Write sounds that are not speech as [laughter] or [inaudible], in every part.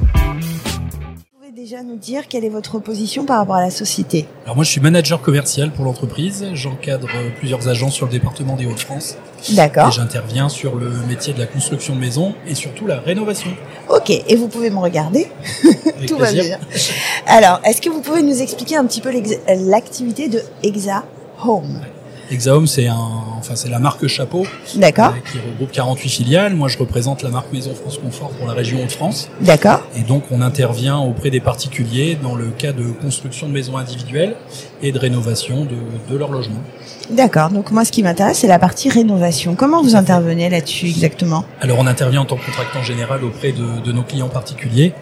Vous pouvez déjà nous dire quelle est votre position par rapport à la société Alors moi, je suis manager commercial pour l'entreprise. J'encadre euh, plusieurs agents sur le département des Hauts-de-France et D'accord. j'interviens sur le métier de la construction de maisons et surtout [laughs] la rénovation. Ok, et vous pouvez me regarder. Avec Tout plaisir. va bien. Alors, est-ce que vous pouvez nous expliquer un petit peu l'ex- l'activité de Exa Home Exaom, c'est un, enfin c'est la marque chapeau D'accord, euh, qui regroupe 48 filiales. Moi, je représente la marque Maison France Confort pour la région Hauts-de-France. d'accord, Et donc, on intervient auprès des particuliers dans le cas de construction de maisons individuelles et de rénovation de, de leur logement. d'accord. Donc moi, ce qui m'intéresse, c'est la partie rénovation. Comment vous intervenez là-dessus exactement Alors, on intervient en tant que contractant général auprès de, de nos clients particuliers.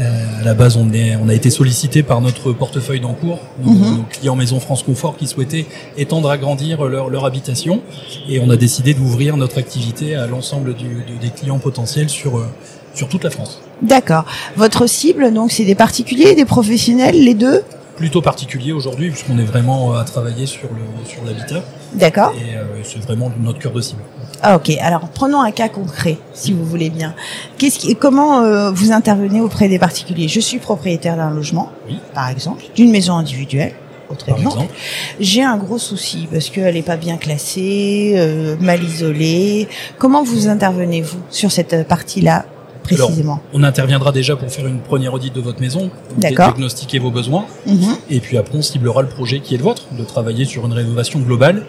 Euh, à la base, on, est, on a été sollicité par notre portefeuille d'encours, nos, Mhm. nos clients Maison France Confort qui souhaitaient étendre, agrandir leur, leur habitation. Et on a décidé d'ouvrir notre activité à l'ensemble du- de- des clients potentiels sur, euh, sur toute la France. D'accord. Votre cible, donc, c'est des particuliers, des professionnels, les deux Plutôt particulier aujourd'hui, puisqu'on est vraiment euh, à travailler sur le sur l'habitat. D'accord. Et euh, c'est vraiment notre cœur de cible. Ah, ok. Alors, prenons un cas concret, si vous voulez bien. Qu'est-ce qui, comment euh, vous intervenez auprès des particuliers Je suis propriétaire d'un logement, Oui. par exemple, d'une maison individuelle. Autre Par exemple. exemple, J'ai un gros souci parce qu'elle n'est pas bien classée, euh, mal isolée. Comment vous intervenez-vous sur cette partie-là précisément on interviendra déjà pour faire une première audite de votre maison, dé- D'accord. diagnostiquer vos besoins, Mhm. et puis après on ciblera le projet qui est le vôtre, de travailler sur une rénovation globale,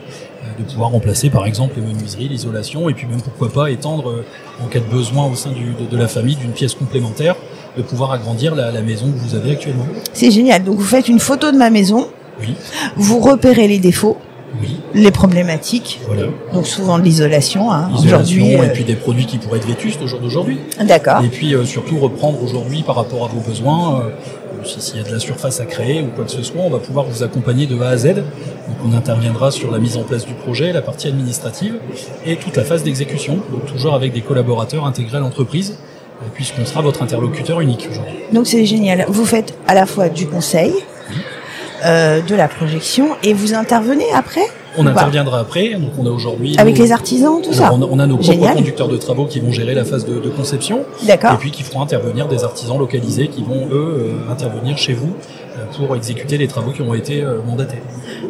euh, de pouvoir remplacer par exemple les menuiseries, l'isolation, et puis même pourquoi pas étendre, euh, en cas de besoin au sein du- de, de la famille, d'une pièce complémentaire, de pouvoir agrandir la, la maison que vous avez actuellement. C'est génial. Donc, vous faites une photo de ma maison, Oui, vous repérez les défauts, oui, les problématiques, voilà. donc souvent de l'isolation. Hein. Aujourd'hui, Isolation, euh, et puis des produits qui pourraient être vétustes au jour d'aujourd'hui. d'accord. Et puis euh, surtout reprendre aujourd'hui par rapport à vos besoins, euh, euh, si- s'il y a de la surface à créer ou quoi que ce soit, on va pouvoir vous accompagner de A à Z. Donc on interviendra sur la mise en place du projet, la partie administrative et toute la phase d'exécution, donc toujours avec des collaborateurs intégrés à l'entreprise, euh, puisqu'on sera votre interlocuteur unique aujourd'hui. Donc c'est génial. Vous faites à la fois du conseil, euh, de la projection, et vous intervenez après On Bah. interviendra après, donc on a aujourd'hui... avec nos- les artisans, tout ça. Alors, on, a, on a nos propres Génial. Mm. conducteurs de travaux qui vont gérer la phase de, de conception et D'accord. puis qui feront intervenir des artisans localisés qui vont, eux, euh, intervenir chez vous euh, pour exécuter les travaux qui ont été euh, mandatés.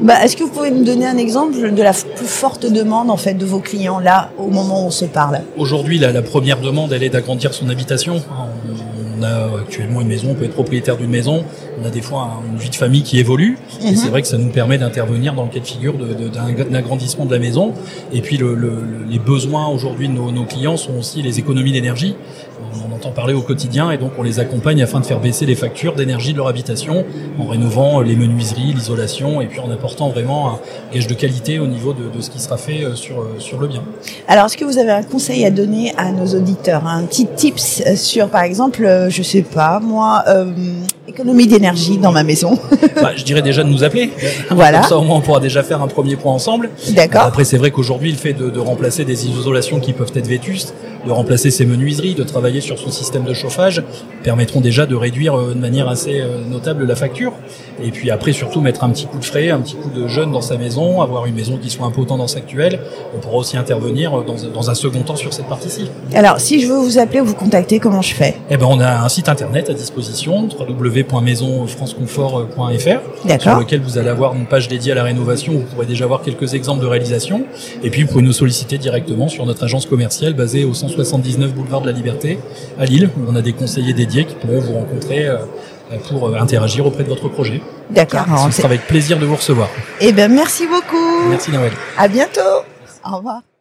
Bah, Est-ce que vous pouvez me donner un exemple de la f- plus forte demande en fait de vos clients là au moment où on se parle Aujourd'hui, la, la première demande, elle est d'agrandir son habitation. On, on a actuellement une maison, on peut être propriétaire d'une maison. On a des fois un- une vie de famille qui évolue. Et Mhm. c'est vrai que ça nous permet d'intervenir dans le cas de figure de- de- d'un d'un agrandissement de la maison. Et puis, le- le- le- les besoins aujourd'hui de nos, nos clients sont aussi les économies d'énergie. On en entend parler au quotidien et donc on les accompagne afin de faire baisser les factures d'énergie de leur habitation en rénovant euh, les menuiseries, l'isolation et puis en apportant vraiment un gage de qualité au niveau de, de ce qui sera fait euh, sur, euh, sur le bien. Alors, est-ce que vous avez un conseil à donner à nos auditeurs Un petit tips euh, sur, par exemple, euh, je sais pas, moi, euh, économie d'énergie dans ma maison. [laughs] Bah, je dirais déjà de nous appeler. Voilà. Comme ça, au moins, on pourra déjà faire un premier point ensemble. D'accord. Après, c'est vrai qu'aujourd'hui, le fait de, de remplacer des isolations qui peuvent être vétustes, de remplacer ses menuiseries, de travailler sur son système de chauffage, permettront déjà de réduire euh, de manière assez euh, notable la facture. Et puis après, surtout, mettre un petit coup de frais, un petit coup de jeune dans sa maison, avoir une maison qui soit un peu aux tendances actuelles. On pourra aussi intervenir euh, dans, un- dans un second temps sur cette partie-ci. Alors, si je veux vous appeler ou vous contacter, comment je fais Eh ben, on a un site internet à disposition, www.maisonfranceconfort.fr sur D'accord. lequel vous allez avoir une page dédiée à la rénovation où vous pourrez déjà voir quelques exemples de réalisation. Et puis vous pouvez nous solliciter directement sur notre agence commerciale basée au 179 boulevard de la Liberté à Lille où on a des conseillers dédiés qui pourront vous rencontrer euh, pour euh, interagir auprès de votre projet. D'accord. Ah, Ce sera avec plaisir de vous recevoir. Eh bien, merci beaucoup. Merci Noël. À bientôt. Au revoir.